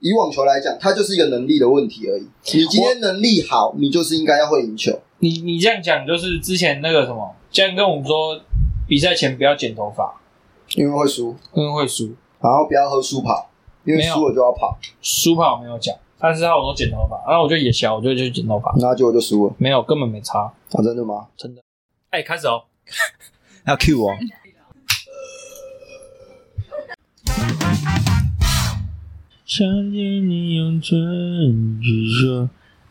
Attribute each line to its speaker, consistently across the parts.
Speaker 1: 以网球来讲，它就是一个能力的问题而已。你今天能力好，你就是应该要会赢球。
Speaker 2: 你你这样讲，就是之前那个什么，教练跟我们说，比赛前不要剪头发，
Speaker 1: 因为会输，
Speaker 2: 因为会输。
Speaker 1: 然后不要喝输跑，因为
Speaker 2: 没有
Speaker 1: 输了就要跑，
Speaker 2: 输跑没有讲，但是他我说剪头发，然后我就也小，我就去剪头发，
Speaker 1: 然后结果就输了。
Speaker 2: 没有，根本没差，
Speaker 1: 啊，真的吗？
Speaker 2: 真的。哎、开始哦。
Speaker 3: 要 Q 我。
Speaker 2: 想见你用唇去说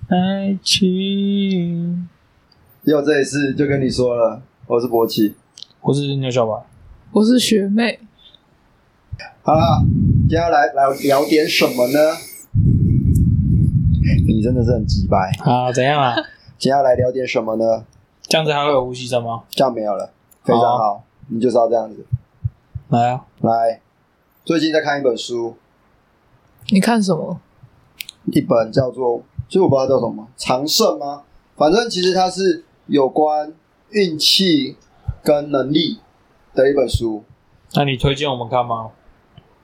Speaker 2: 爱情，
Speaker 1: 也有这一次就跟你说了，我是博奇。
Speaker 2: 我是牛小白。
Speaker 4: 我是学妹，
Speaker 1: 好啦，今天要来来聊点什么呢？你真的是很鸡掰。
Speaker 2: 啊，怎样啊？
Speaker 1: 今天要来聊点什么呢？
Speaker 2: 这样子还会有呼吸声吗？
Speaker 1: 这样没有了，非常
Speaker 2: 好啊
Speaker 1: 好，你就是要这样子。
Speaker 2: 来啊，
Speaker 1: 来，最近在看一本书，
Speaker 4: 你看什么？
Speaker 1: 一本叫做，其实我不知道叫什么，长胜吗？反正其实它是有关运气跟能力的一本书。
Speaker 2: 那你推荐我们看吗？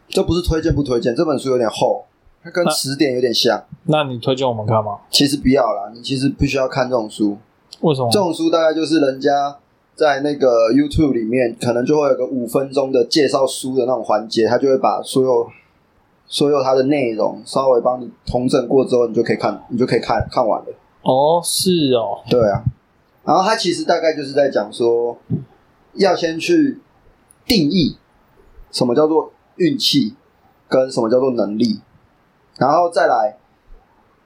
Speaker 1: 这不是推荐不推荐，这本书有点厚，它跟
Speaker 2: 那
Speaker 1: 词典有点像。
Speaker 2: 那你推荐我们看吗？
Speaker 1: 其实不要啦，你其实不需要看这种书。
Speaker 2: 为什么？
Speaker 1: 这种书大概就是人家在那个 YouTube 里面，可能就会有个五分钟的介绍书的那种环节，他就会把所有所有它的内容稍微帮你统整过之后，你就可以看，你就可以看看完了。
Speaker 2: 哦，是哦，
Speaker 1: 对啊，然后他其实大概就是在讲说，要先去定义什么叫做运气，跟什么叫做能力，然后再来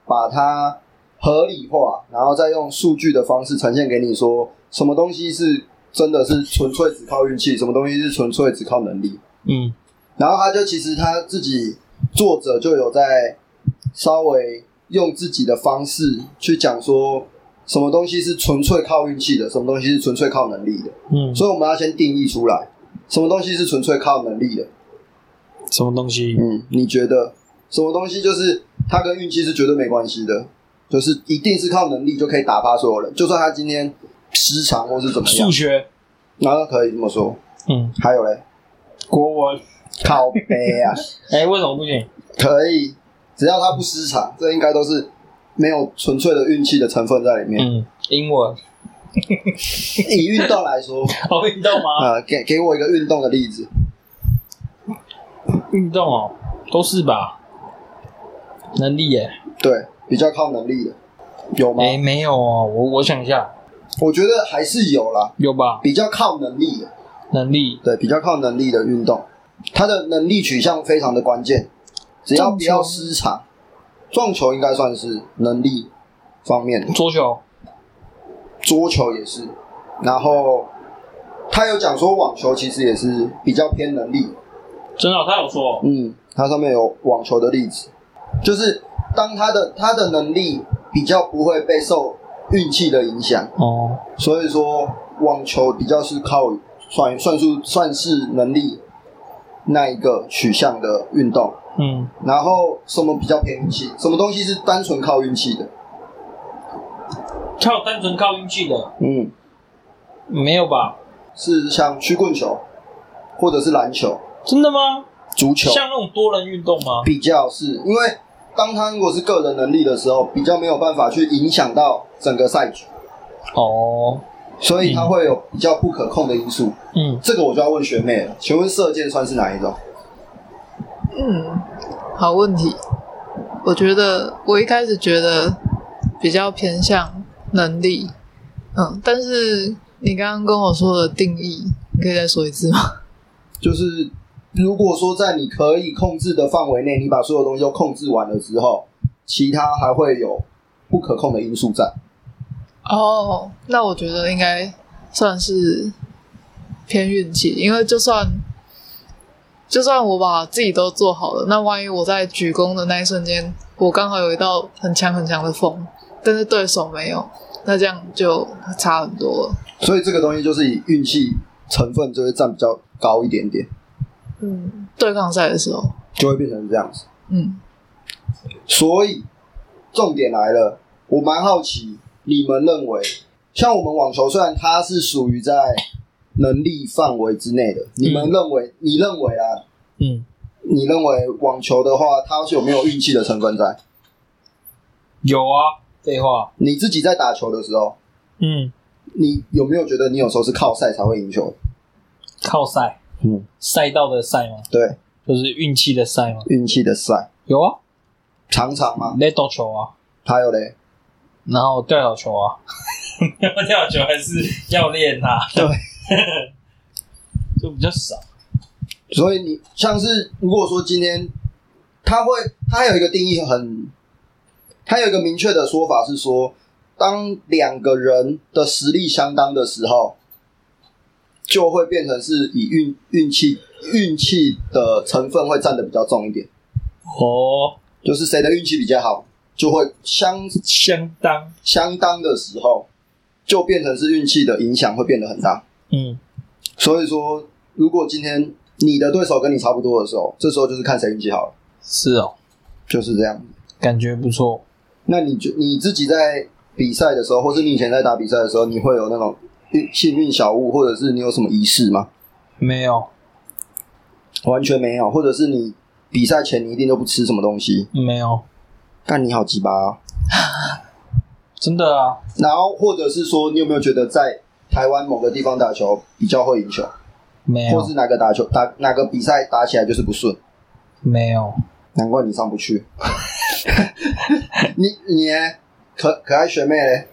Speaker 1: 把它合理化，然后再用数据的方式呈现给你说，什么东西是真的是纯粹只靠运气，什么东西是纯粹只靠能力。
Speaker 2: 嗯，
Speaker 1: 然后他就其实他自己作者就有在稍微用自己的方式去讲说，什么东西是纯粹靠运气的，什么东西是纯粹靠能力的。
Speaker 2: 嗯，
Speaker 1: 所以我们要先定义出来，什么东西是纯粹靠能力的。
Speaker 2: 什么东西？
Speaker 1: 嗯，你觉得什么东西就是它跟运气是绝对没关系的，就是一定是靠能力就可以打趴所有人，就算他今天失常或是怎么样
Speaker 2: 数，学，
Speaker 1: 然后可以这么说。
Speaker 2: 嗯，
Speaker 1: 还有嘞，
Speaker 2: 国文，
Speaker 1: 靠背啊。
Speaker 2: 哎、为什么不行？
Speaker 1: 可以，只要他不失常，这应该都是没有纯粹的运气的成分在里面。
Speaker 2: 嗯，英文，
Speaker 1: 以运动来 说，
Speaker 2: 哦，运动吗？
Speaker 1: 呃，给给我一个运动的例子，
Speaker 2: 运动哦，都是吧。能力耶？
Speaker 1: 对，比较靠能力的，有吗？
Speaker 2: 没没有哦，我我想一下，
Speaker 1: 我觉得还是有啦，
Speaker 2: 有吧？
Speaker 1: 比较靠能力的，
Speaker 2: 能力，
Speaker 1: 对，比较靠能力的运动，它的能力取向非常的关键，只要不要失常，撞球应该算是能力方面的。
Speaker 2: 桌球，
Speaker 1: 桌球也是，然后他有讲说网球其实也是比较偏能力，
Speaker 2: 真的哦、他有说哦，
Speaker 1: 嗯，它上面有网球的例子，就是当他的他的能力比较不会被受运气的影响，
Speaker 2: 哦，
Speaker 1: 所以说网球比较是靠算算术算是能力那一个取向的运动。
Speaker 2: 嗯，
Speaker 1: 然后什么比较偏运气？什么东西是单纯靠运气的？
Speaker 2: 靠单纯靠运气的
Speaker 1: 嗯，
Speaker 2: 没有吧？
Speaker 1: 是像曲棍球，或者是篮球、
Speaker 2: 真的吗？
Speaker 1: 足球，
Speaker 2: 像那种多人运动吗？
Speaker 1: 比较是因为当他如果是个人能力的时候，比较没有办法去影响到整个赛局。
Speaker 2: 哦，
Speaker 1: 所以它会有比较不可控的因素。
Speaker 2: 嗯，
Speaker 1: 这个我就要问学妹了，请问射箭算是哪一种？
Speaker 4: 嗯，好问题。我觉得我一开始觉得比较偏向能力，嗯，但是你刚刚跟我说的定义，你可以再说一次吗？
Speaker 1: 就是如果说在你可以控制的范围内，你把所有东西都控制完了之后，其他还会有不可控的因素在。
Speaker 4: 哦，那我觉得应该算是偏运气，因为就算就算我把自己都做好了，那万一我在举弓的那一瞬间，我刚好有一道很强很强的风，但是对手没有，那这样就差很多了。
Speaker 1: 所以这个东西就是以运气成分就会占比较高一点点，
Speaker 4: 嗯，对抗赛的时候，
Speaker 1: 就会变成这样子。
Speaker 4: 嗯，
Speaker 1: 所以重点来了，我蛮好奇你们认为，像我们网球虽然它是属于在能力范围之内的，你们认为你认为啊，
Speaker 2: 嗯，
Speaker 1: 你认为网球的话，它是有没有运气的成分在？
Speaker 2: 有啊，废话，
Speaker 1: 你自己在打球的时候，
Speaker 2: 嗯，
Speaker 1: 你有没有觉得你有时候是靠赛才会赢球？
Speaker 2: 靠赛，
Speaker 1: 嗯，
Speaker 2: 赛道的赛吗？
Speaker 1: 对，
Speaker 2: 就是运气的赛吗？
Speaker 1: 运气的赛，
Speaker 2: 有啊，
Speaker 1: 常常吗？
Speaker 2: 垒斗球啊，
Speaker 1: 还有嘞，
Speaker 2: 然后吊脚球啊， 吊脚球还是要练啊，
Speaker 1: 对，
Speaker 2: 就比较少。
Speaker 1: 所以你像是如果说今天他会，他有一个定义很，他有一个明确的说法是说，当两个人的实力相当的时候，就会变成是以运运气运气的成分会占的比较重一点，
Speaker 2: 哦，
Speaker 1: 就是谁的运气比较好，就会相
Speaker 2: 相当，
Speaker 1: 相当的时候，就变成是运气的影响会变得很大。
Speaker 2: 嗯，
Speaker 1: 所以说，如果今天你的对手跟你差不多的时候，这时候就是看谁运气好了，
Speaker 2: 是哦，
Speaker 1: 就是这样。
Speaker 2: 感觉不错。
Speaker 1: 那你就你自己在比赛的时候，或是你以前在打比赛的时候，你会有那种运幸运小物，或者是你有什么仪式吗？
Speaker 2: 没有，
Speaker 1: 完全没有，或者是你比赛前你一定都不吃什么东西，
Speaker 2: 没有，
Speaker 1: 但你好鸡巴、啊。
Speaker 2: 真的啊，
Speaker 1: 然后或者是说，你有没有觉得在台湾某个地方打球比较会赢球，
Speaker 2: 没
Speaker 1: 或
Speaker 2: 有，
Speaker 1: 是哪个打球打哪个比赛打起来就是不顺？
Speaker 2: 没有，
Speaker 1: 难怪你上不去。 你你呢可可爱学妹嘞？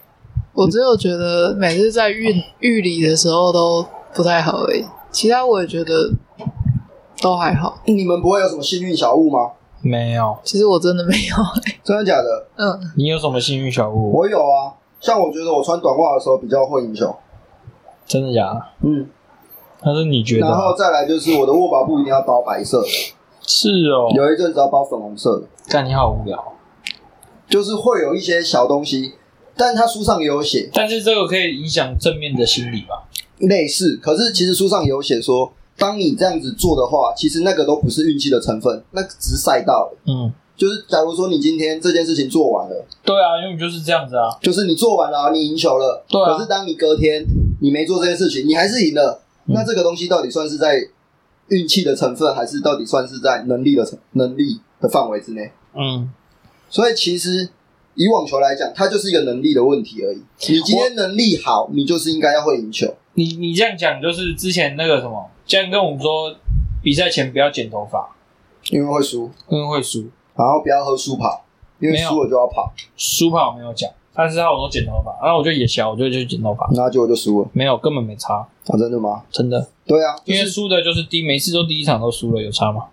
Speaker 4: 我只有觉得每次在运狱里的时候都不太好而已，其他我也觉得都还好。
Speaker 1: 你们不会有什么幸运小物吗？
Speaker 2: 没有。
Speaker 4: 其实我真的没有，
Speaker 1: 真的假的？
Speaker 4: 嗯，
Speaker 2: 你有什么幸运小物？
Speaker 1: 我有啊，像我觉得我穿短袜的时候比较会赢球。
Speaker 2: 真的假的？
Speaker 1: 嗯，
Speaker 2: 那是你觉得
Speaker 1: 然
Speaker 2: 啊？
Speaker 1: 后再来就是我的握把布一定要包白色的，
Speaker 2: 是哦。
Speaker 1: 有一阵子要包粉红色的，
Speaker 2: 干，你好无聊。
Speaker 1: 就是会有一些小东西，但它书上也有写
Speaker 2: 但是这个可以影响正面的心理吧？
Speaker 1: 类似，可是其实书上也有写说，当你这样子做的话，其实那个都不是运气的成分，那只是赛道的。
Speaker 2: 嗯，
Speaker 1: 就是假如说你今天这件事情做完了。
Speaker 2: 对啊，因为就是这样子啊。
Speaker 1: 就是你做完了，你赢球了，
Speaker 2: 对啊
Speaker 1: 可是当你隔天你没做这件事情，你还是赢了，
Speaker 2: 嗯
Speaker 1: 那这个东西到底算是在运气的成分，还是到底算是在能力的成能力的范围之内？
Speaker 2: 嗯，
Speaker 1: 所以其实以网球来讲，它就是一个能力的问题而已。你今天能力好，你就是应该要会赢球。
Speaker 2: 你你这样讲就是之前那个什么，既然跟我们说比赛前不要剪头发，
Speaker 1: 因为会输，
Speaker 2: 因为会输。
Speaker 1: 然后不要喝输跑，因为
Speaker 2: 没有
Speaker 1: 输了就要跑，
Speaker 2: 输跑没有讲，但是他有说剪头发，然后我就也小，我就去剪头发，
Speaker 1: 那结果就输了
Speaker 2: 没有根本没差，
Speaker 1: 啊！真的吗？
Speaker 2: 真的，
Speaker 1: 对啊，就
Speaker 2: 因为
Speaker 1: 是
Speaker 2: 输的就是第一每次都第一场都输了，有差吗？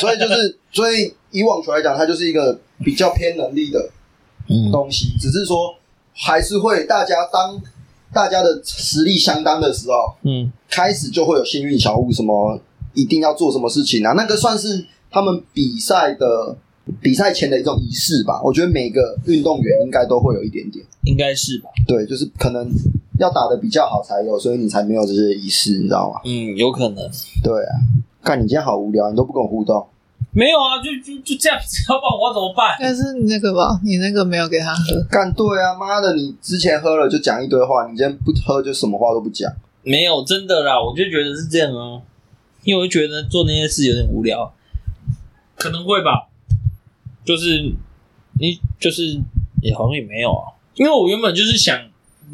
Speaker 1: 所以就是所以以网球来讲，它就是一个比较偏能力的
Speaker 2: 嗯
Speaker 1: 东西，只是说还是会大家当大家的实力相当的时候，
Speaker 2: 嗯，
Speaker 1: 开始就会有幸运小物，什么一定要做什么事情啊，那个算是他们比赛的比赛前的一种仪式吧。我觉得每个运动员应该都会有一点点，
Speaker 2: 应该是吧，
Speaker 1: 对，就是可能要打的比较好才有，所以你才没有这些仪式，你知道吗？
Speaker 2: 嗯，有可能，
Speaker 1: 对啊，看你今天好无聊，你都不跟我互动，
Speaker 2: 没有啊，就就就这样子，要不然我怎么办？
Speaker 4: 但是你那个吧，你那个没有给他喝，
Speaker 1: 干对啊，妈的，你之前喝了就讲一堆话，你今天不喝就什么话都不讲。
Speaker 2: 没有，真的啦，我就觉得是这样啊，因为我就觉得做那些事有点无聊，可能会吧，就是你就是也好像也没有啊，因为我原本就是想，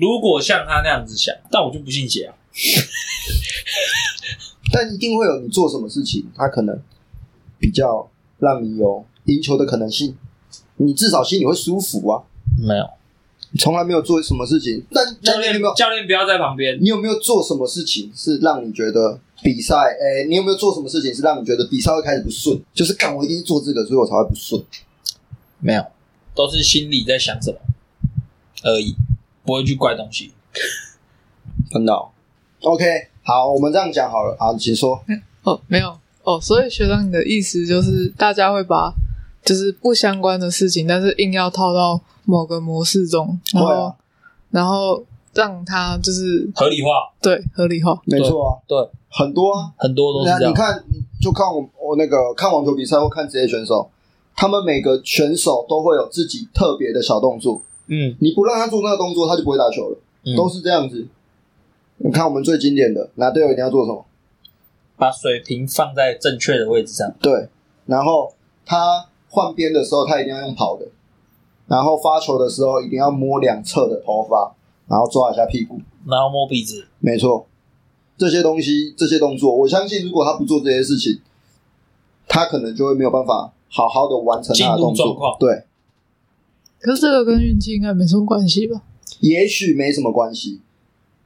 Speaker 2: 如果像他那样子想，但我就不信邪啊，
Speaker 1: 但一定会有你做什么事情，它可能比较让你有赢球的可能性，你至少心里会舒服啊。
Speaker 2: 没有。
Speaker 1: 你从来没有做什么事情，但
Speaker 2: 教
Speaker 1: 但你
Speaker 2: 练
Speaker 1: 有没有
Speaker 2: 教练不要在旁边。
Speaker 1: 你有没有做什么事情是让你觉得比赛？哎、你有没有做什么事情是让你觉得比赛会开始不顺？就是干，我一定是做这个，所以我才会不顺。
Speaker 2: 没有，都是心里在想什么而已，不会去怪东西。
Speaker 1: 真的、OK，好，我们这样讲好了。好，请说。
Speaker 4: 哦，没有，哦，所以学长你的意思就是大家会把就是不相关的事情，但是硬要套到某个模式中，然
Speaker 1: 会
Speaker 4: 后、
Speaker 1: 啊
Speaker 4: 然后让他就是
Speaker 2: 合理化，
Speaker 4: 对合理化，
Speaker 1: 没错啊，
Speaker 2: 对，
Speaker 1: 很多啊。
Speaker 2: 很多都是
Speaker 1: 那
Speaker 2: 这
Speaker 1: 你
Speaker 2: 样。
Speaker 1: 看，你就看我我那个看网球比赛或看职业选手，他们每个选手都会有自己特别的小动作。
Speaker 2: 嗯，
Speaker 1: 你不让他做那个动作，他就不会打球了，
Speaker 2: 嗯
Speaker 1: 都是这样子。你看我们最经典的拿队友一定要做什么？
Speaker 2: 把水平放在正确的位置上。
Speaker 1: 对，然后他换边的时候，他一定要用跑的，然后发球的时候一定要摸两侧的头发，然后抓一下屁股。
Speaker 2: 然后摸鼻子，
Speaker 1: 没错，这些东西这些动作，我相信如果他不做这些事情，他可能就会没有办法好好的完成他的动
Speaker 2: 进入状况
Speaker 1: 作。对，
Speaker 4: 可是这个跟运气应该没什么关系吧？
Speaker 1: 也许没什么关系，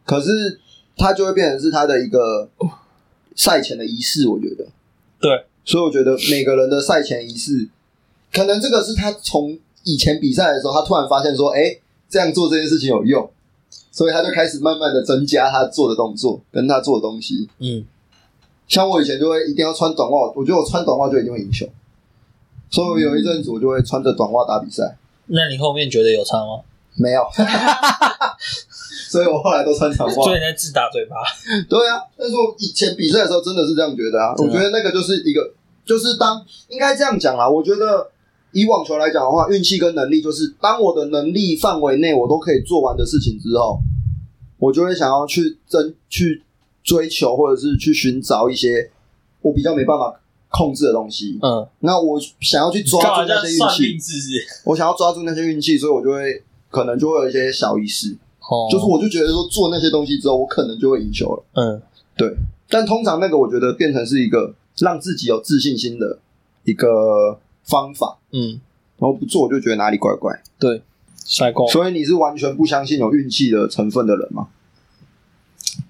Speaker 1: 可是他就会变成是他的一个赛前的仪式，我觉得。
Speaker 2: 对，
Speaker 1: 所以我觉得每个人的赛前仪式，可能这个是他从以前比赛的时候，他突然发现说，哎、这样做这件事情有用，所以他就开始慢慢的增加他做的动作跟他做的东西。
Speaker 2: 嗯，
Speaker 1: 像我以前就会一定要穿短袜，我觉得我穿短袜就一定会赢球，所以我有一阵子我就会穿着短袜打比赛，
Speaker 2: 那你后面觉得有差吗？
Speaker 1: 没有， 所以我后来都穿长袜。
Speaker 2: 所以你在自打嘴巴。
Speaker 1: 对啊，但是我以前比赛的时候真的是这样觉得啊。
Speaker 2: 对啊
Speaker 1: 我觉得那个就是一个，就是当应该这样讲啦。我觉得以网球来讲的话，运气跟能力就是，当我的能力范围内我都可以做完的事情之后，我就会想要去争、去追求，或者是去寻找一些我比较没办法控制的东西。
Speaker 2: 嗯，
Speaker 1: 那我想要去抓
Speaker 2: 干嘛
Speaker 1: 住那
Speaker 2: 这样
Speaker 1: 啊些运
Speaker 2: 算
Speaker 1: 气
Speaker 2: 命，是不是？
Speaker 1: 我想要抓住那些运气，所以我就会可能就会有一些小仪式，
Speaker 2: 哦
Speaker 1: 就是我就觉得说做那些东西之后，我可能就会赢球了。
Speaker 2: 嗯，
Speaker 1: 但通常那个我觉得变成是一个让自己有自信心的一个方法，
Speaker 2: 嗯，
Speaker 1: 然后不做我就觉得哪里怪怪。
Speaker 2: 对，帅哥
Speaker 1: 所以你是完全不相信有运气的成分的人吗？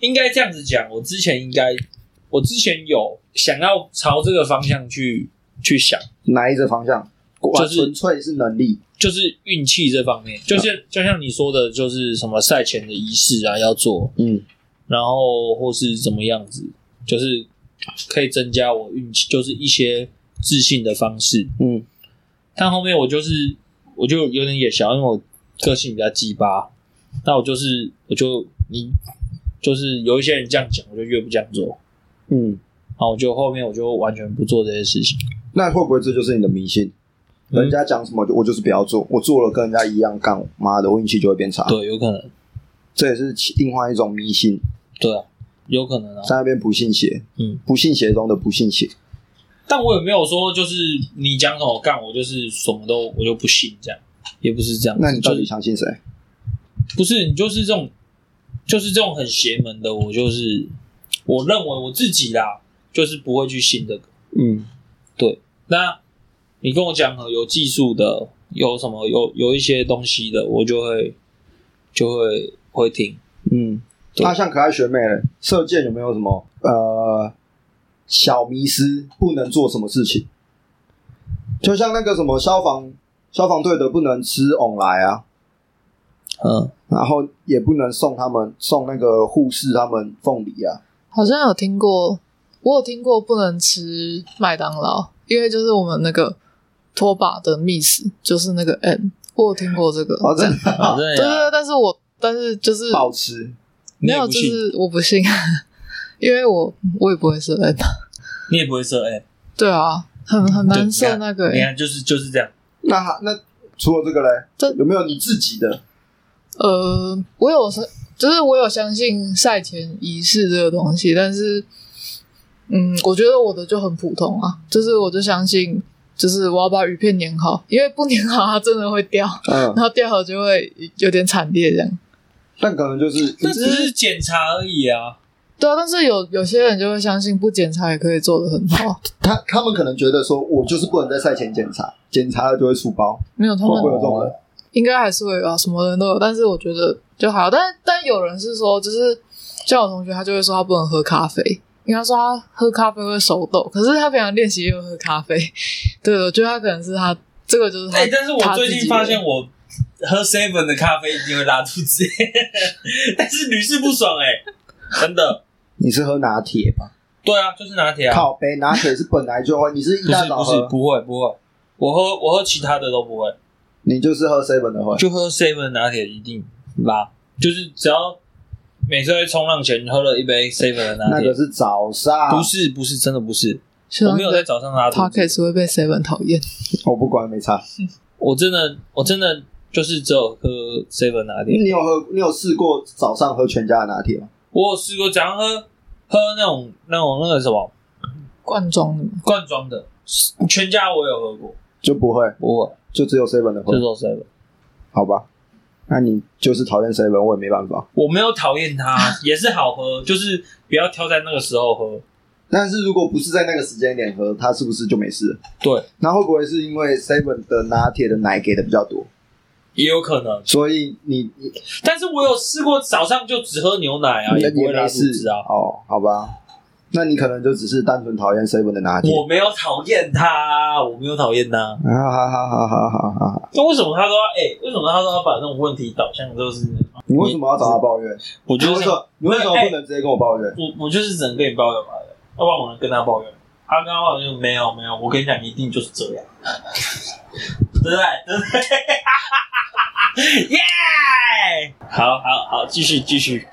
Speaker 2: 应该这样子讲，我之前应该，我之前有想要朝这个方向去去想，
Speaker 1: 哪一个方向？哇
Speaker 2: 就是
Speaker 1: 纯粹是能力。
Speaker 2: 就是运气这方面，
Speaker 1: 啊
Speaker 2: 就像就像你说的，就是什么赛前的仪式啊要做，
Speaker 1: 嗯，
Speaker 2: 然后或是怎么样子，就是可以增加我运气，就是一些自信的方式。
Speaker 1: 嗯，
Speaker 2: 但后面我就是我就有点野小，因为我个性比较鸡巴，那我就是我就你就是有一些人这样讲，我就越不这样做，
Speaker 1: 嗯，
Speaker 2: 然后我就后面我就完全不做这些事情。
Speaker 1: 那会不会这就是你的迷信？
Speaker 2: 嗯
Speaker 1: 人家讲什么，我就是不要做，我做了跟人家一样干，妈的，我运气就会变差。，
Speaker 2: 嗯对，有可能，
Speaker 1: 这也是另外一种迷信，
Speaker 2: 对啊，有可能啊。
Speaker 1: 在那边不信邪，
Speaker 2: 嗯，
Speaker 1: 不信邪中的不信邪。
Speaker 2: 但我也没有说就是你讲什么干，我就是什么都我就不信这样，也不是这样子。
Speaker 1: 那你到
Speaker 2: 就
Speaker 1: 底
Speaker 2: 是
Speaker 1: 相信谁？
Speaker 2: 不是你就是这种，就是这种很邪门的，我就是我认为我自己啦，就是不会去信这个。
Speaker 1: 嗯，
Speaker 2: 那你跟我讲有技术的，有什么有有一些东西的，我就会就会会听。
Speaker 1: 嗯，
Speaker 2: 对
Speaker 1: 那像可爱学妹嘞，射箭有没有什么呃小迷失不能做什么事情？就像那个什么消防消防队的不能吃翁来啊，
Speaker 2: 嗯，
Speaker 1: 然后也不能送他们送那个护士他们凤梨啊。
Speaker 4: 好像有听过，我有听过不能吃麦当劳，因为就是我们那个拖把的 miss 就是那个 M，我有听过这个。
Speaker 1: 哦，真 的
Speaker 2: 反正
Speaker 4: 对对对，但是我但是就是
Speaker 1: 好吃，
Speaker 2: 啊你
Speaker 4: 没
Speaker 2: 也
Speaker 4: 有，
Speaker 2: 不
Speaker 4: 就
Speaker 2: 信，
Speaker 4: 是我不信， 因为我我也不会射 M。
Speaker 2: 你也不会射哎、
Speaker 4: 对啊，很很
Speaker 2: 对
Speaker 4: 难
Speaker 2: 你
Speaker 4: 射
Speaker 2: 看
Speaker 4: 那个、
Speaker 2: 你
Speaker 4: 欸。
Speaker 2: 看就是就是这样。
Speaker 1: 那还那除了这个
Speaker 4: 这
Speaker 1: 嘞，有没有你自己的？
Speaker 4: 呃，我有是，就是我有相信赛前仪式这个东西，但是，嗯，我觉得我的就很普通啊，就是我就相信，就是我要把鱼片粘好，因为不粘好它真的会掉，
Speaker 1: 嗯
Speaker 4: 然，后掉好就会有点惨烈这样。
Speaker 1: 但可能就是
Speaker 2: 那只是检查而已啊。
Speaker 4: 对啊，但是有有些人就会相信不检查也可以做的很好，
Speaker 1: 他他们可能觉得说，我就是不能在赛前检查，检查了就会出包，
Speaker 4: 没有他
Speaker 1: 会
Speaker 4: 们哦
Speaker 1: 不会有这种人？
Speaker 4: 应该还是会有啊，什么人都有，但是我觉得就还好。但但有人是说，就是像我同学，他就会说他不能喝咖啡，因为他说他喝咖啡会手抖，可是他平常练习又喝咖啡。 对，我觉得他可能是他这个就是他。
Speaker 2: 哎、但是我
Speaker 4: 他
Speaker 2: 最
Speaker 4: 自己
Speaker 2: 近发现
Speaker 4: 的
Speaker 2: 我喝 seven 的咖啡一定会拉肚子， 但是屡试不爽哎、真的。
Speaker 1: 你是喝拿铁吧？
Speaker 2: 对啊，就是拿铁啊，
Speaker 1: 靠杯拿铁是本来就会，你是一
Speaker 2: 不
Speaker 1: 大
Speaker 2: 是
Speaker 1: 早
Speaker 2: 不是
Speaker 1: 喝，
Speaker 2: 不会不会，我喝我喝其他的都不会，
Speaker 1: 你就是喝 seven 的会。
Speaker 2: 就喝 seven 拿铁一定拉，就是只要每次在冲浪前喝了一杯 seven 的拿
Speaker 1: 那
Speaker 2: 铁
Speaker 1: 个，是早上，
Speaker 2: 不是不是真的不是，
Speaker 4: 希
Speaker 2: 我
Speaker 4: 望
Speaker 2: 没有在早上拉
Speaker 4: p o
Speaker 2: 肚
Speaker 4: c
Speaker 2: 子，
Speaker 4: a s t 会被 Seven 讨厌。
Speaker 1: 我不管，没差。
Speaker 2: 我真的我真的就是只有喝 seven 拿铁，
Speaker 1: 你有喝？你有试过早上喝全家的拿铁吗？
Speaker 2: 我有试过早上喝喝那种那种那个什么
Speaker 4: 罐装的吗？
Speaker 2: 罐装的，全家我有喝过，
Speaker 1: 就不会，
Speaker 2: 不会，
Speaker 1: 就只有 seven 的会
Speaker 2: 这，都 seven。
Speaker 1: 好吧？那你就是讨厌 seven，我也没办法。
Speaker 2: 我没有讨厌它，也是好喝，就是不要挑在那个时候喝。
Speaker 1: 但是如果不是在那个时间点喝，它是不是就没事了？
Speaker 2: 对，
Speaker 1: 那会不会是因为 seven 的拿铁的奶给的比较多，
Speaker 2: 也有可能。
Speaker 1: 所以你你
Speaker 2: 但是我有试过早上就只喝牛奶啊，
Speaker 1: 也
Speaker 2: 也不会拉
Speaker 1: 没
Speaker 2: 肚
Speaker 1: 事
Speaker 2: 子啊。
Speaker 1: 哦，好吧，那你可能就只是单纯讨厌 seven 的拿铁。
Speaker 2: 我没有讨厌它，我没有讨厌它。
Speaker 1: 啊 哈哈哈哈哈哈！哈
Speaker 2: 那为什么他都要？哎、为什么他都要把这种问题导向都是？
Speaker 1: 你为什么要找他抱怨？
Speaker 2: 我就
Speaker 1: 你
Speaker 2: 是哎
Speaker 1: 为什么你为什么不能直接跟我抱怨？
Speaker 2: 我我就是只能跟你抱怨嘛，要不然我能跟他抱怨。他跟他抱怨就没有没有，我跟你讲，一定就是这样， 对不对？对 不对？耶、好好好，继续继续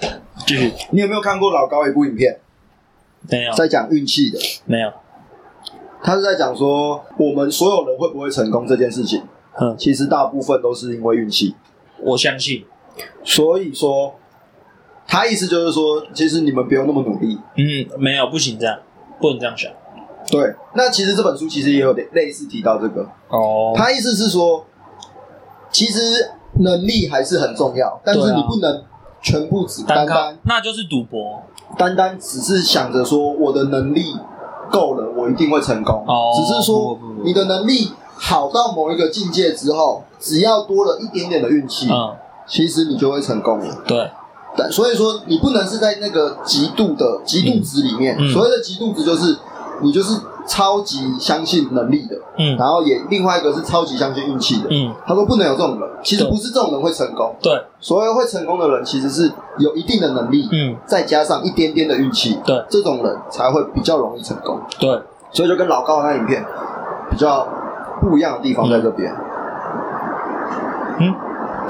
Speaker 2: 继续，
Speaker 1: 你有没有看过老高一部影片，
Speaker 2: 没有
Speaker 1: 在讲运气的？
Speaker 2: 没有，
Speaker 1: 他是在讲说，我们所有人会不会成功这件事情，
Speaker 2: 嗯，
Speaker 1: 其实大部分都是因为运气。
Speaker 2: 我相信，
Speaker 1: 所以说，他意思就是说，其实你们不用那么努力。
Speaker 2: 嗯，没有不行这样，不能这样想。
Speaker 1: 对，那其实这本书其实也有点类似提到这个。
Speaker 2: 哦
Speaker 1: 他意思是说，其实能力还是很重要，但是
Speaker 2: 对啊
Speaker 1: 你不能全部只
Speaker 2: 单
Speaker 1: 单
Speaker 2: 靠
Speaker 1: 单
Speaker 2: 那就是赌博，
Speaker 1: 单单只是想着说我的能力够了，我一定会成功。
Speaker 2: 哦
Speaker 1: 只是说
Speaker 2: 不不不
Speaker 1: 你的能力好到某一个境界之后，只要多了一点点的运气，
Speaker 2: 嗯，
Speaker 1: 其实你就会成功了。
Speaker 2: 对，
Speaker 1: 但所以说，你不能是在那个极度的极度值里面。
Speaker 2: 嗯嗯
Speaker 1: 所谓的极度值，就是你就是超级相信能力的，
Speaker 2: 嗯
Speaker 1: 然后也另外一个是超级相信运气的。
Speaker 2: 嗯，
Speaker 1: 他说不能有这种人，其实
Speaker 2: 对
Speaker 1: 不是这种人会成功。
Speaker 2: 对，
Speaker 1: 所谓会成功的人，其实是有一定的能力，
Speaker 2: 嗯
Speaker 1: 再加上一点点的运气，
Speaker 2: 对，
Speaker 1: 这种人才会比较容易成功。
Speaker 2: 对，
Speaker 1: 所以就跟老高那影片比较不一样的地方在这边。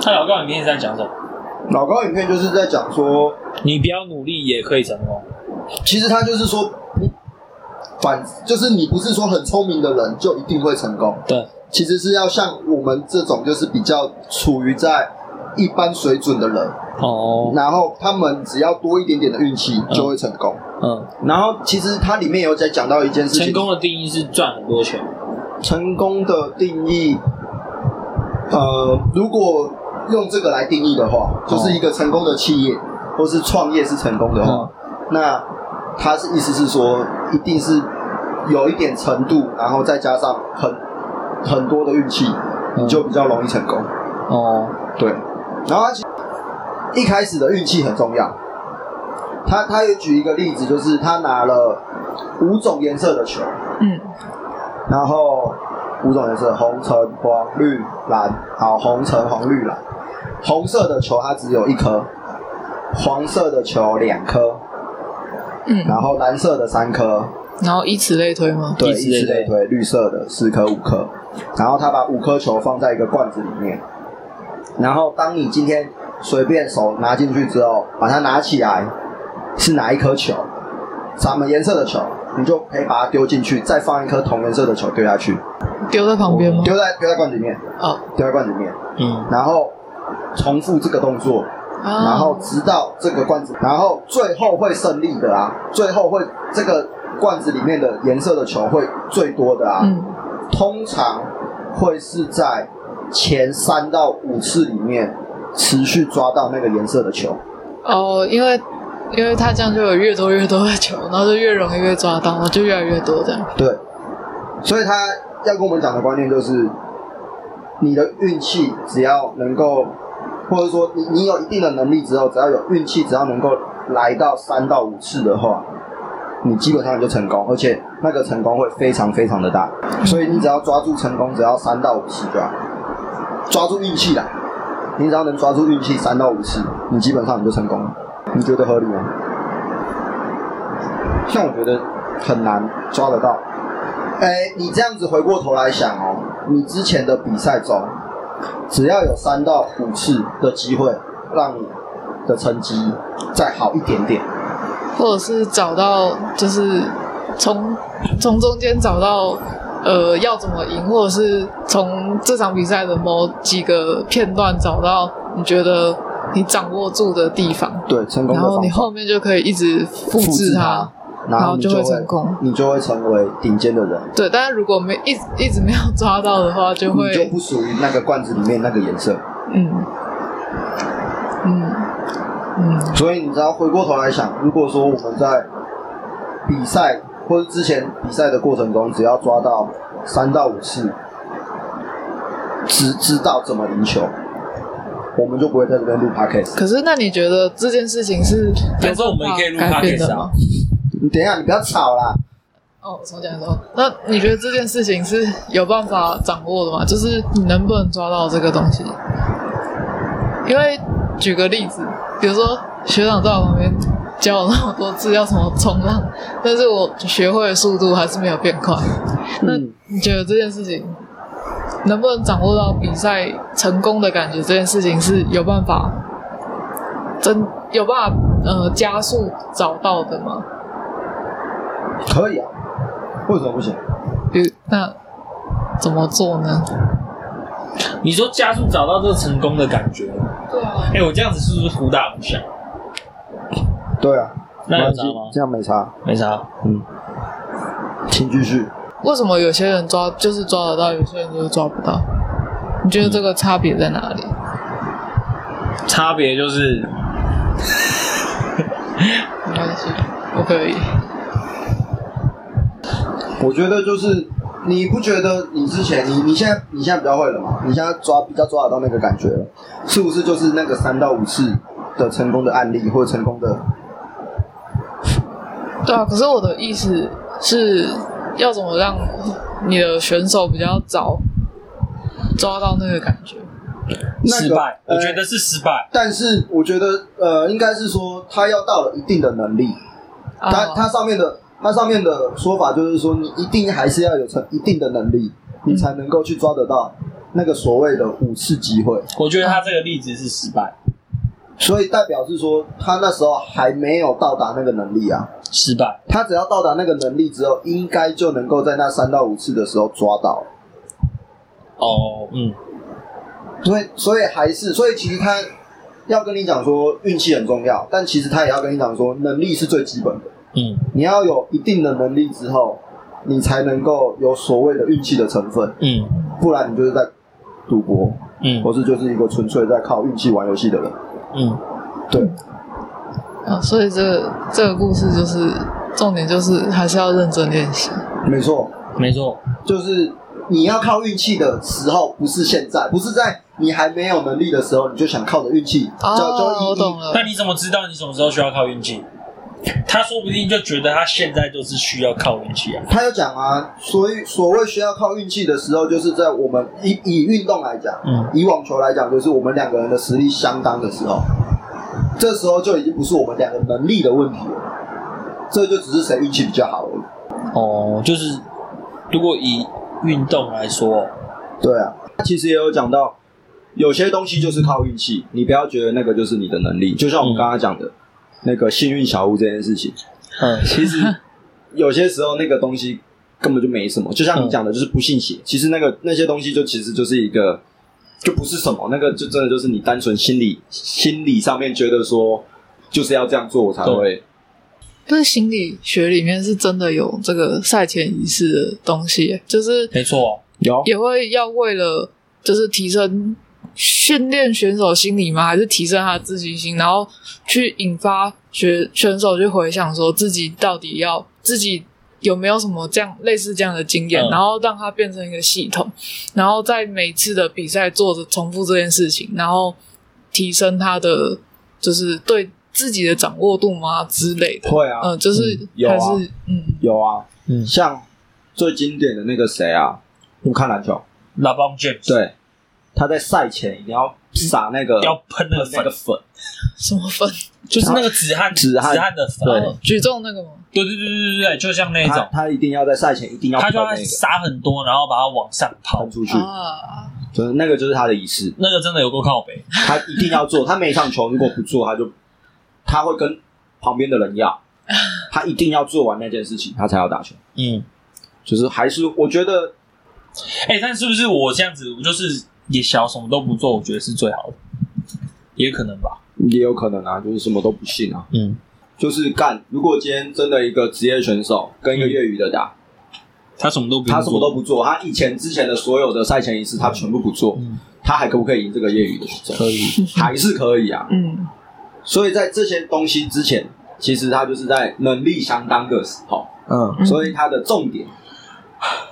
Speaker 2: 他老告你明天在讲什么？
Speaker 1: 老高影片就是在讲说，
Speaker 2: 你不要努力也可以成功，
Speaker 1: 其实他就是说不反，就是你不是说很聪明的人就一定会成功，
Speaker 2: 对，
Speaker 1: 其实是要像我们这种就是比较处于在一般水准的人，
Speaker 2: 哦，
Speaker 1: 然后他们只要多一点点的运气就会成功。
Speaker 2: 嗯。
Speaker 1: 然后其实它里面有在讲到一件事情，
Speaker 2: 成功的定义是赚很多钱，
Speaker 1: 成功的定义，呃，如果用这个来定义的话，就是一个成功的企业或是创业是成
Speaker 2: 啊
Speaker 1: 功的
Speaker 2: 嗯
Speaker 1: 话，那它是意思是说，一定是有一点程度，然后再加上很很多的运气，
Speaker 2: 嗯
Speaker 1: 你就比较容易成功。
Speaker 2: 哦，
Speaker 1: 对，然后它其实一开始的运气很重要。他他也举一个例子，就是他拿了五种颜色的球，
Speaker 4: 嗯，
Speaker 1: 然后五种颜色：红、橙、黄、绿、蓝。好，红、橙、黄、绿、蓝。红色的球它只有一颗，黄色的球两颗，
Speaker 4: 嗯，
Speaker 1: 然后蓝色的三颗，
Speaker 4: 然后以此类推吗？
Speaker 1: 对，
Speaker 2: 以此类
Speaker 1: 以此类推，绿色的四颗、五颗。然后他把五颗球放在一个罐子里面，然后当你今天随便手拿进去之后，把它拿起来，是哪一颗球，什么颜色的球，你就可以把它丢进去，再放一颗同颜色的球丢下去。
Speaker 4: 丢在旁边吗？
Speaker 1: 丢在丢在罐子里面，
Speaker 4: 哦，
Speaker 1: 丢在罐子里面，
Speaker 2: 嗯，
Speaker 1: 然后重复这个动作，
Speaker 4: 啊
Speaker 1: 然后直到这个罐子，然后最后会胜利的啊，最后会这个罐子里面的颜色的球会最多的啊，
Speaker 4: 嗯，
Speaker 1: 通常会是在前三到五次里面持续抓到那个颜色的球，
Speaker 4: 哦，因为因为他这样就有越多越多的球，然后就越容易被抓到，然后就越来越多这样。
Speaker 1: 对，所以他要跟我们讲的观念就是，你的运气只要能够，或者说你你有一定的能力之后，只要有运气，只要能够来到三到五次的话，你基本上就成功，而且那个成功会非常非常的大，所以你只要抓住成功，只要三到五次就好，抓住运气啦，你只要能抓住运气三到五次，你基本上你就成功了，你觉得合理吗？像我觉得很难抓得到。哎，你这样子回过头来想哦，你之前的比赛中，只要有三到五次的机会，让你的成绩再好一点点，
Speaker 4: 或者是找到就是从从中间找到呃要怎么赢，或者是从这场比赛的某几个片段找到你觉得你掌握住的地方，
Speaker 1: 对成功
Speaker 4: 然
Speaker 1: 的
Speaker 4: 后
Speaker 1: 方
Speaker 4: 你
Speaker 1: 法，
Speaker 4: 后面就可以一直复制它。
Speaker 1: 然
Speaker 4: 然后
Speaker 1: 你
Speaker 4: 就
Speaker 1: 就
Speaker 4: 会成功
Speaker 1: 你就会成为顶尖的人，
Speaker 4: 对，但是如果没一直一直没有抓到的话，就
Speaker 1: 你
Speaker 4: 会
Speaker 1: 就不属于那个罐子里面那个颜色。
Speaker 4: 嗯嗯嗯
Speaker 1: 所以你知道，回过头来想，如果说我们在比赛或者之前比赛的过程中，只要抓到三到五次，只知道怎么赢球，我们就不会在这边录 podcast。
Speaker 4: 可是那你觉得这件事情是
Speaker 2: 但是我们也可以录
Speaker 4: 改变的
Speaker 2: podcast 啊
Speaker 4: 吗？
Speaker 1: 你等一下，你不要吵啦。
Speaker 4: 哦，我重讲说，那你觉得这件事情是有办法掌握的吗？就是你能不能抓到这个东西？因为举个例子，比如说学长在我旁边教我那么多次要怎么冲浪，但是我学会的速度还是没有变快。那
Speaker 1: 嗯
Speaker 4: 你觉得这件事情能不能掌握到比赛成功的感觉？这件事情是有办法真有办法呃加速找到的吗？
Speaker 1: 可以啊，为什么不行？
Speaker 4: 比如那怎么做呢？
Speaker 2: 你说加速找到这个成功的感觉，
Speaker 4: 对啊
Speaker 2: 哎、，我这样子是不是忽大忽小？
Speaker 1: 对啊，
Speaker 2: 那有
Speaker 1: 没关系
Speaker 2: 差吗
Speaker 1: 这样没差，
Speaker 2: 没啥，
Speaker 1: 请继续。
Speaker 4: 为什么有些人抓就是抓得到，有些人就是抓不到？你觉得这个差别在哪里？
Speaker 2: 差别就是
Speaker 4: 没关系，我可以。
Speaker 1: 我觉得就是，你不觉得你之前你你现在你现在比较会了嘛？你现在抓比较抓得到那个感觉了，是不是就是那个三到五次的成功的案例或者成功的？
Speaker 4: 对啊，可是我的意思是要怎么让你的选手比较早抓到那个感觉？
Speaker 1: 那个
Speaker 2: 失败，
Speaker 1: 呃
Speaker 2: 我觉得是失败。
Speaker 1: 但是我觉得呃，应该是说他要到了一定的能力，它
Speaker 4: 啊
Speaker 1: 它上面的它上面的说法就是说，你一定还是要有成一定的能力，你才能够去抓得到那个所谓的五次机会。
Speaker 2: 我觉得他这个例子是失败，
Speaker 1: 所以代表是说，他那时候还没有到达那个能力啊。
Speaker 2: 失败。
Speaker 1: 他只要到达那个能力之后，应该就能够在那三到五次的时候抓到。
Speaker 2: 哦，嗯，
Speaker 1: 所以，所以还是，所以其实他要跟你讲说运气很重要，但其实他也要跟你讲说能力是最基本的。
Speaker 2: 嗯，
Speaker 1: 你要有一定的能力之后，你才能够有所谓的运气的成分，
Speaker 2: 嗯，
Speaker 1: 不然你就是在赌博，
Speaker 2: 嗯，
Speaker 1: 或是就是一个纯粹在靠运气玩游戏的人。
Speaker 2: 嗯，
Speaker 1: 对，
Speaker 4: 啊，所以这个这个故事就是重点，就是还是要认真练习。
Speaker 1: 没错，
Speaker 2: 没错，
Speaker 1: 就是你要靠运气的时候，不是现在，不是在你还没有能力的时候，你就想靠着运气，就就
Speaker 4: 哦，
Speaker 1: 一
Speaker 4: 我懂了
Speaker 2: 那。你怎么知道你什么时候需要靠运气？他说不定就觉得他现在就是需要靠运气啊。
Speaker 1: 他有讲啊，所以所谓需要靠运气的时候，就是在我们以以运动来讲，
Speaker 2: 嗯
Speaker 1: 以网球来讲，就是我们两个人的实力相当的时候，这时候就已经不是我们两个能力的问题了，这就只是谁运气比较好而已。
Speaker 2: 哦，就是如果以运动来说，
Speaker 1: 对啊，他其实也有讲到，有些东西就是靠运气，你不要觉得那个就是你的能力，就像我们刚刚讲的、那个幸运小屋这件事情，
Speaker 2: 嗯
Speaker 1: 其实有些时候那个东西根本就没什么，就像你讲的，就是不信
Speaker 2: 嗯
Speaker 1: 邪。其实那个那些东西就其实就是一个，就不是什么，那个就真的就是你单纯心理心理上面觉得说就是要这样做，我才会。
Speaker 4: 就是心理学里面是真的有这个赛前仪式的东西，就是
Speaker 2: 没错，
Speaker 1: 有
Speaker 4: 也会要为了就是提升训练选手心理吗？还是提升他的自信心，然后去引发学选手去回想说自己到底要自己有没有什么这样类似这样的经验，
Speaker 2: 嗯
Speaker 4: 然后让它变成一个系统，然后在每次的比赛做着重复这件事情，然后提升他的就是对自己的掌握度吗之类的。
Speaker 1: 会啊，
Speaker 2: 呃
Speaker 4: 嗯，就是
Speaker 1: 有啊
Speaker 4: 还是嗯，
Speaker 1: 有啊，
Speaker 2: 嗯
Speaker 1: 像最经典的那个谁啊，你们看篮球，
Speaker 2: 拉邦 James
Speaker 1: 对，他在赛前一定要撒那个
Speaker 2: 要喷那个
Speaker 1: 那
Speaker 2: 粉
Speaker 1: 个，粉，
Speaker 4: 什么分？
Speaker 2: 就是那个止汗
Speaker 1: 止汗
Speaker 2: 止汗的粉，
Speaker 1: 对
Speaker 4: 哦举重那个吗？
Speaker 2: 对对对对对对，就像那
Speaker 1: 他
Speaker 2: 种，
Speaker 1: 他一定要在赛前一定要
Speaker 2: 他
Speaker 1: 喷
Speaker 2: 就要
Speaker 1: 那个
Speaker 2: 撒很多，然后把它往上抛
Speaker 1: 喷，出去，
Speaker 4: 啊，
Speaker 1: 就是那个就是他的仪式。
Speaker 2: 那个真的有够靠北。
Speaker 1: 他一定要做，他每一场球如果不做，他就他会跟旁边的人要，他一定要做完那件事情，他才要打球。
Speaker 2: 嗯，
Speaker 1: 就是还是我觉得
Speaker 2: 哎、但是不是我这样子，我就是也小什么都不做，我觉得是最好的，也可能吧。
Speaker 1: 也有可能啊，就是什么都不信啊。
Speaker 2: 嗯，
Speaker 1: 就是干。如果今天真的一个职业选手跟一个业余的打，
Speaker 2: 他什么都不用
Speaker 1: 他什么
Speaker 2: 做
Speaker 1: 都不做，他以前之前的所有的赛前仪式他全部不做，
Speaker 2: 嗯
Speaker 1: 他还可不可以赢这个业余的选手？
Speaker 2: 可以，
Speaker 1: 还是可以啊。
Speaker 4: 嗯，
Speaker 1: 所以在这些东西之前，其实他就是在能力相当的时候，
Speaker 2: 嗯
Speaker 4: 嗯
Speaker 1: 所以他的重点，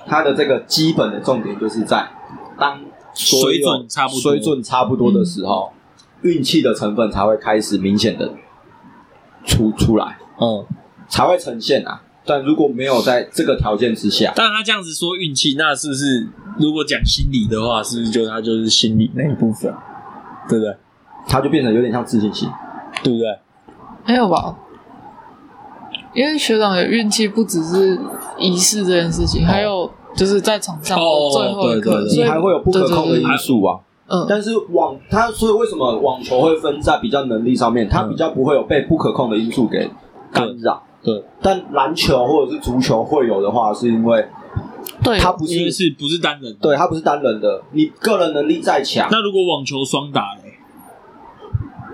Speaker 1: 他的这个基本的重点就是在当所有
Speaker 2: 水准差不多
Speaker 1: 水准差不多的时候，运气的成分才会开始明显的出出来，
Speaker 2: 嗯。
Speaker 1: 才会呈现啊。但如果没有在这个条件之下，
Speaker 2: 但他这样子说运气，那是不是如果讲心理的话，是不是就他就是心理那一部分，对不对？
Speaker 1: 他就变成有点像自信心。
Speaker 2: 对不对？
Speaker 4: 没有吧？因为学长的运气不只是仪式这件事
Speaker 1: 哦
Speaker 4: 情，还有就是在场上的
Speaker 2: 哦
Speaker 4: 最后
Speaker 2: 对
Speaker 4: 一刻，
Speaker 2: 对对
Speaker 1: 你
Speaker 4: 所以
Speaker 1: 还会有不可控的因素啊。
Speaker 4: 嗯
Speaker 1: 但是网他所以为什么网球会分在比较能力上面，
Speaker 2: 嗯
Speaker 1: 它比较不会有被不可控的因素给干扰。
Speaker 2: 对对，
Speaker 1: 但篮球或者是足球会有的话，是因为
Speaker 4: 对
Speaker 1: 它不
Speaker 2: 因为
Speaker 1: 是
Speaker 2: 是不是单人？
Speaker 1: 对它不是单人的，你个人能力再强，
Speaker 2: 那如果网球双打嘞？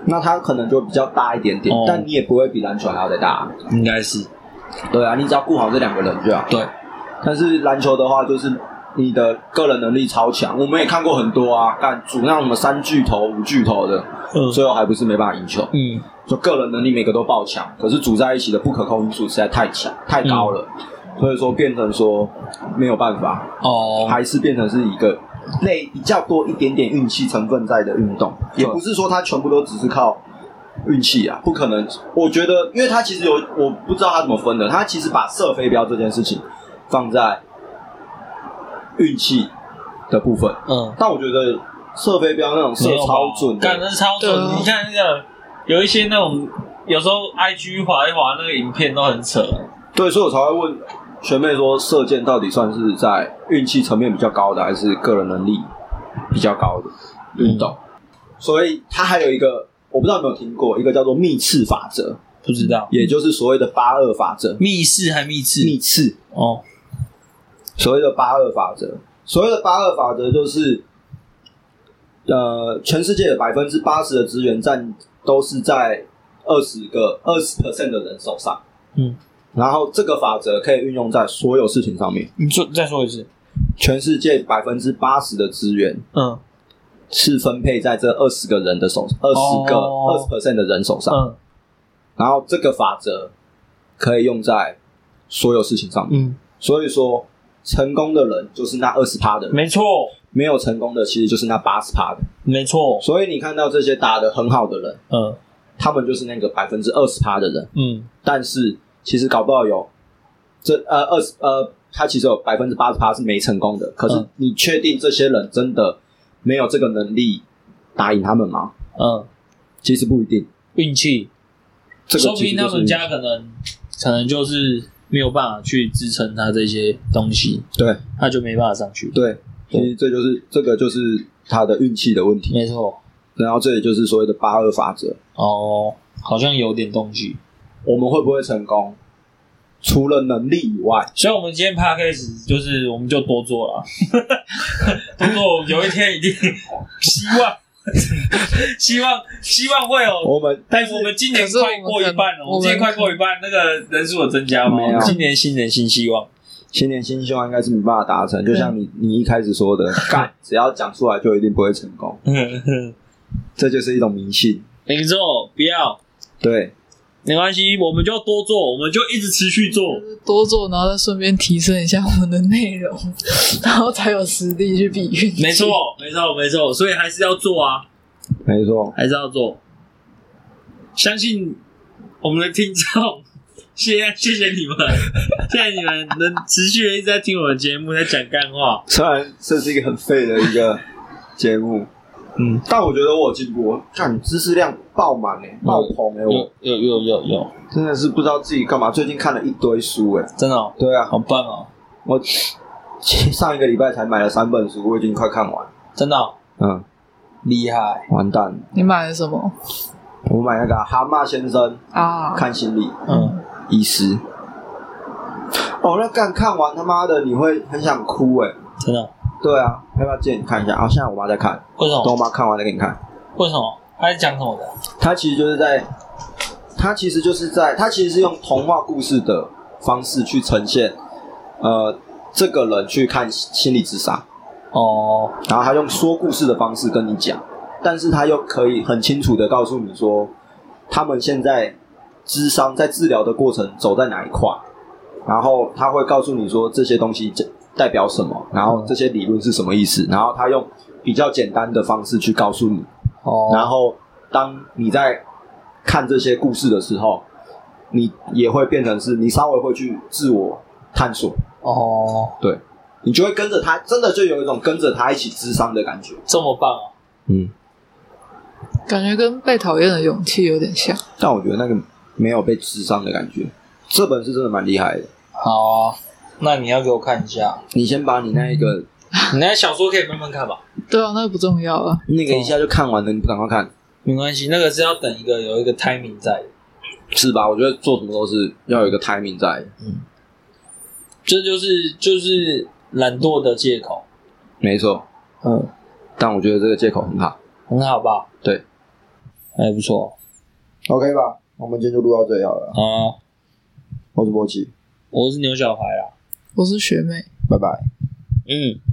Speaker 1: 那它可能就比较大一点点
Speaker 2: 哦，
Speaker 1: 但你也不会比篮球还要再大。
Speaker 2: 应该是
Speaker 1: 对啊，你只要顾好这两个人就好。
Speaker 2: 对，
Speaker 1: 但是篮球的话，就是你的个人能力超强，我们也看过很多啊，干组那种什么三巨头、五巨头的，
Speaker 2: 嗯
Speaker 1: 最后还不是没办法赢球。
Speaker 2: 嗯，
Speaker 1: 就个人能力每个都爆强，可是组在一起的不可控因素实在太强太高了，
Speaker 2: 嗯
Speaker 1: 所以说变成说没有办法，
Speaker 2: 哦，
Speaker 1: 还是变成是一个类比较多一点点运气成分在的运动，
Speaker 2: 对
Speaker 1: 也不是说它全部都只是靠运气啊，不可能。我觉得，因为它其实有我不知道它怎么分的，它其实把射飞镖这件事情放在运气的部分，
Speaker 2: 嗯，
Speaker 1: 但我觉得射飞镖那种射
Speaker 2: 没有吧
Speaker 1: 超准
Speaker 2: 干
Speaker 1: 的，
Speaker 2: 的超
Speaker 4: 对啊
Speaker 2: 准。你看那个有一些那种，有时候 IG 滑一滑那个影片都很扯。
Speaker 1: 对，所以我才会问学妹说，射箭到底算是在运气层面比较高的，还是个人能力比较高的运动？所以它还有一个，我不知道有没有听过，一个叫做密次法则，
Speaker 2: 不知道
Speaker 1: 也就是所谓的八二法则。
Speaker 2: 密室还密室
Speaker 1: 密次，
Speaker 2: 哦，
Speaker 1: 所谓的八二法则，所谓的八二法则就是，呃，全世界的百分之八十的资源占都是在二十个二十 percent 的人手上。
Speaker 2: 嗯，
Speaker 1: 然后这个法则可以运用在所有事情上面。
Speaker 2: 你说再说一次，
Speaker 1: 全世界百分之八十的资源
Speaker 2: 嗯
Speaker 1: 是分配在这二十个人的手，二十个二
Speaker 2: 哦
Speaker 1: 十 percent 的人手上。
Speaker 2: 嗯
Speaker 1: 然后这个法则可以用在所有事情上面。
Speaker 2: 嗯，
Speaker 1: 所以说，成功的人就是那二十趴的人，
Speaker 2: 没错
Speaker 1: 没有成功的其实就是那八十趴的。
Speaker 2: 没错，
Speaker 1: 所以你看到这些打得很好的人，
Speaker 2: 嗯
Speaker 1: 他们就是那个百分之二十趴的人，
Speaker 2: 嗯
Speaker 1: 但是其实搞不好有这呃二十呃，他其实有百分之八十八是没成功的。可是
Speaker 2: 嗯
Speaker 1: 你确定这些人真的没有这个能力打赢他们吗？
Speaker 2: 嗯，
Speaker 1: 其实不一定。
Speaker 2: 运气，
Speaker 1: 这个
Speaker 2: 说不
Speaker 1: 其实
Speaker 2: 定他
Speaker 1: 就
Speaker 2: 们
Speaker 1: 是
Speaker 2: 家可能可能就是没有办法去支撑他这些东西，
Speaker 1: 对
Speaker 2: 他就没办法上去。
Speaker 1: 对，其实这就是这个就是他的运气的问题。
Speaker 2: 没错，
Speaker 1: 然后这也就是所谓的八二法则，
Speaker 2: 哦，好像有点东西。
Speaker 1: 我们会不会成功？除了能力以外，
Speaker 2: 所以，我们今天 p a c a s e 就是我们就多做了， 多做，有一天一定希望，希望，希望会有。
Speaker 1: 我们
Speaker 2: 但是我们今年快过一半了，
Speaker 4: 可是我们
Speaker 2: 我们今年快过一半，那个人数有增加吗？
Speaker 1: 没有
Speaker 2: 今年新年新希望，
Speaker 1: 新年新希望应该是没办法达成，就像
Speaker 2: 嗯
Speaker 1: 你你一开始说的，干只要讲出来就一定不会成功，这就是一种迷信。
Speaker 2: 没错，不要，
Speaker 1: 对，
Speaker 2: 没关系，我们就多做，我们就一直持续做
Speaker 4: 就。是多做，然后再顺便提升一下我们的内容， 然后才有实力去比运气。
Speaker 2: 没错，没错，没错，所以还是要做啊。
Speaker 1: 没错，
Speaker 2: 还是要做。相信我们的听众，谢谢谢谢你们，谢谢你们能持续的一直在听我们节目，在讲干话。
Speaker 1: 虽然这是一个很废的一个节目，
Speaker 2: 嗯，
Speaker 1: 但我觉得我有进步，看知识量爆满哎、爆棚哎、我
Speaker 2: 有有有有，
Speaker 1: 真的是不知道自己干嘛，最近看了一堆书哎、
Speaker 2: 真的、哦、
Speaker 1: 对啊，
Speaker 2: 好棒哦，
Speaker 1: 我上一个礼拜才买了三本书，我已经快看完了，
Speaker 2: 真的、哦、
Speaker 1: 嗯，
Speaker 2: 厉害。
Speaker 1: 完蛋了，
Speaker 4: 你买了什么
Speaker 1: 我买那个蛤蟆先生
Speaker 4: 啊？
Speaker 1: 看心理，
Speaker 2: 嗯，
Speaker 1: 医师。哦，那干看完他妈的你会很想哭哎、
Speaker 2: 真的哦、
Speaker 1: 对啊，要不要借你看一下？啊，现在我妈在看，
Speaker 2: 为什
Speaker 1: 等我
Speaker 2: 么？
Speaker 1: 妈看完再给你看。
Speaker 2: 为什么？他在讲什么的？
Speaker 1: 她其实就是在，它其实就是在，它其实是用童话故事的方式去呈现，呃，这个人去看心理智商，
Speaker 2: 哦，
Speaker 1: 然后他用说故事的方式跟你讲，但是他又可以很清楚的告诉你说，他们现在智商在治疗的过程走在哪一块，然后他会告诉你说这些东西这代表什么，然后这些理论是什么意思，然后他用比较简单的方式去告诉你，
Speaker 2: 哦，
Speaker 1: 然后当你在看这些故事的时候，你也会变成是你稍微会去自我探索，
Speaker 2: 哦，
Speaker 1: 你就会跟着他，真的就有一种跟着他一起智商的感觉。
Speaker 2: 这么棒哦！
Speaker 1: 嗯，
Speaker 4: 感觉跟被讨厌的勇气有点像。
Speaker 1: 但我觉得那个没有被智商的感觉，这本是真的蛮厉害的。
Speaker 2: 好啊，那你要给我看一下，
Speaker 1: 你先把你那一个
Speaker 2: 你那小说可以慢慢看吧，
Speaker 4: 对啊，那不重要啊。
Speaker 1: 那个一下就看完了，你不赶快看
Speaker 2: 没关系，那个是要等一个有一个 timing 在的，
Speaker 1: 是吧？我觉得做什么都是要有一个 timing 在，
Speaker 2: 这就是就是懒惰的借口，
Speaker 1: 没错。
Speaker 2: 嗯，
Speaker 1: 但我觉得这个借口很好
Speaker 2: 很好吧？
Speaker 1: 对，
Speaker 2: 还不错
Speaker 1: ，OK 吧？我们今天就录到这里好了。
Speaker 2: 啊。
Speaker 1: 我是波奇，
Speaker 2: 我是牛小排啦，啊
Speaker 4: 我是学妹。
Speaker 1: 拜拜。
Speaker 2: 嗯。